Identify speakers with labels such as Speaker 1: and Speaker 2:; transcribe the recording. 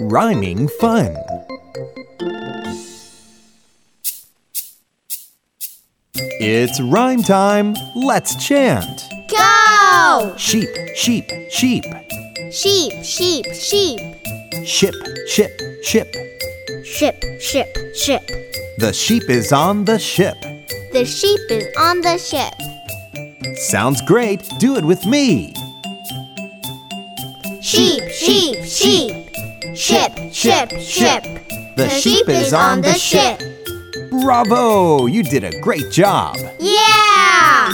Speaker 1: Rhyming fun. It's rhyme time. Let's chant.
Speaker 2: Go!
Speaker 1: Sheep, sheep, sheep.
Speaker 2: Sheep, sheep, sheep.
Speaker 1: Ship, ship, ship.
Speaker 2: Ship, ship, ship.
Speaker 1: The sheep is on the ship.
Speaker 2: The sheep is on the ship.
Speaker 1: Sounds great. Do it with me.
Speaker 2: Sheep, sheep, sheep. Ship, ship, ship.
Speaker 1: The, Bravo! You did a great job.
Speaker 2: Yeah!